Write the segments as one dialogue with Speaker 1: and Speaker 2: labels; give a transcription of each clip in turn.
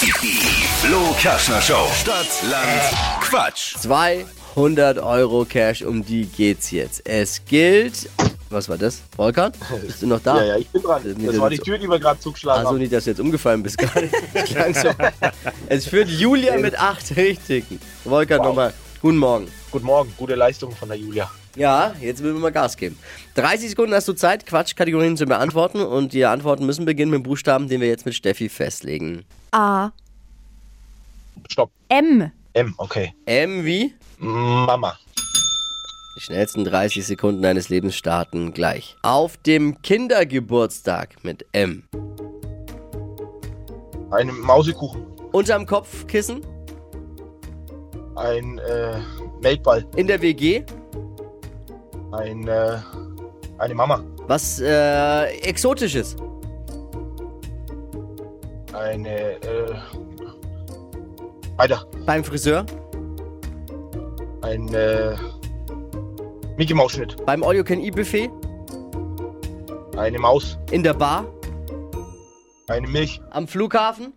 Speaker 1: Die Flo Kaschner Show. Stadt, Land, Quatsch.
Speaker 2: 200 Euro Cash, um die geht's jetzt. Es gilt. Was war das? Volkan? Bist du noch da?
Speaker 3: Ja, ja, ich bin dran.
Speaker 2: Ah. Das-
Speaker 3: Das,
Speaker 2: nee, das
Speaker 3: war
Speaker 2: ist
Speaker 3: die
Speaker 2: so-
Speaker 3: Tür, die wir gerade zugeschlagen
Speaker 2: Also
Speaker 3: haben.
Speaker 2: nicht, dass du jetzt umgefallen bist, gar nicht. Klang so. Es führt Julia mit acht Richtigen. Volkan
Speaker 3: Wow.
Speaker 2: nochmal. Guten Morgen.
Speaker 3: Guten Morgen, gute Leistung von der Julia.
Speaker 2: Ja, jetzt will wir mal Gas geben. 30 Sekunden hast du Zeit, Quatschkategorien zu beantworten und die Antworten müssen beginnen mit dem Buchstaben, den wir jetzt mit Steffi festlegen.
Speaker 4: A.
Speaker 3: Stopp.
Speaker 4: M.
Speaker 3: M, okay.
Speaker 2: M wie?
Speaker 3: Mama.
Speaker 2: Die schnellsten 30 Sekunden deines Lebens starten gleich. Auf dem Kindergeburtstag mit M.
Speaker 3: Ein Mausekuchen.
Speaker 2: Unterm Kopfkissen,
Speaker 3: Ein äh, Melkball.
Speaker 2: in der WG,
Speaker 3: Ein, äh, eine Mama.
Speaker 2: was äh, Exotisches.
Speaker 3: Eine, äh, Alter.
Speaker 2: Beim Friseur,
Speaker 3: Ein, äh, Mickey Maus Schnitt.
Speaker 2: beim All You Can Eat Buffet,
Speaker 3: Eine Maus.
Speaker 2: in der Bar,
Speaker 3: Eine Milch.
Speaker 2: am Flughafen.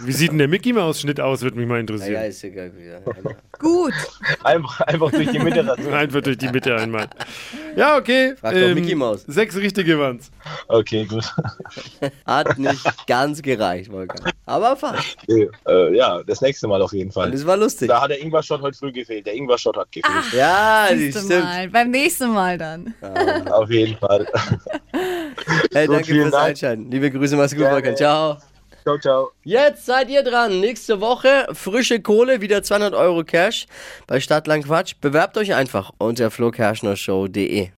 Speaker 5: Wie sieht denn der Mickey Maus Schnitt aus, würde mich mal interessieren.
Speaker 2: Ja, ist egal. Ja.
Speaker 4: Gut.
Speaker 3: Einfach, einfach durch die Mitte ratzen.
Speaker 5: Einfach durch die Mitte einmal. Ja, okay. ähm,
Speaker 2: Frag doch Mickey Maus.
Speaker 5: Sechs richtige waren's.
Speaker 3: Okay, gut.
Speaker 2: Hat nicht ganz gereicht, Wolfgang. Aber fast.
Speaker 3: Okay, äh, ja, das nächste Mal auf jeden Fall.
Speaker 2: Das war lustig.
Speaker 3: Da hat der Ingwer-Shot heute früh gefehlt. Der Ingwer-Shot hat gefehlt.
Speaker 2: Ja, die
Speaker 4: Nächste
Speaker 2: Also, stimmt.
Speaker 4: Mal. Beim nächsten Mal dann.
Speaker 2: Ah.
Speaker 3: Auf jeden Fall.
Speaker 2: Hey,
Speaker 3: So,
Speaker 2: danke
Speaker 3: vielen
Speaker 2: fürs
Speaker 3: Dank.
Speaker 2: Einschalten. Liebe Grüße, mach's gut,
Speaker 3: Gerne.
Speaker 2: Wolfgang. Ciao.
Speaker 3: ciao, ciao.
Speaker 2: Jetzt seid ihr dran. Nächste Woche frische Kohle, wieder 200 Euro Cash bei Stadtland Quatsch. Bewerbt euch einfach unter flokerschnershow.de.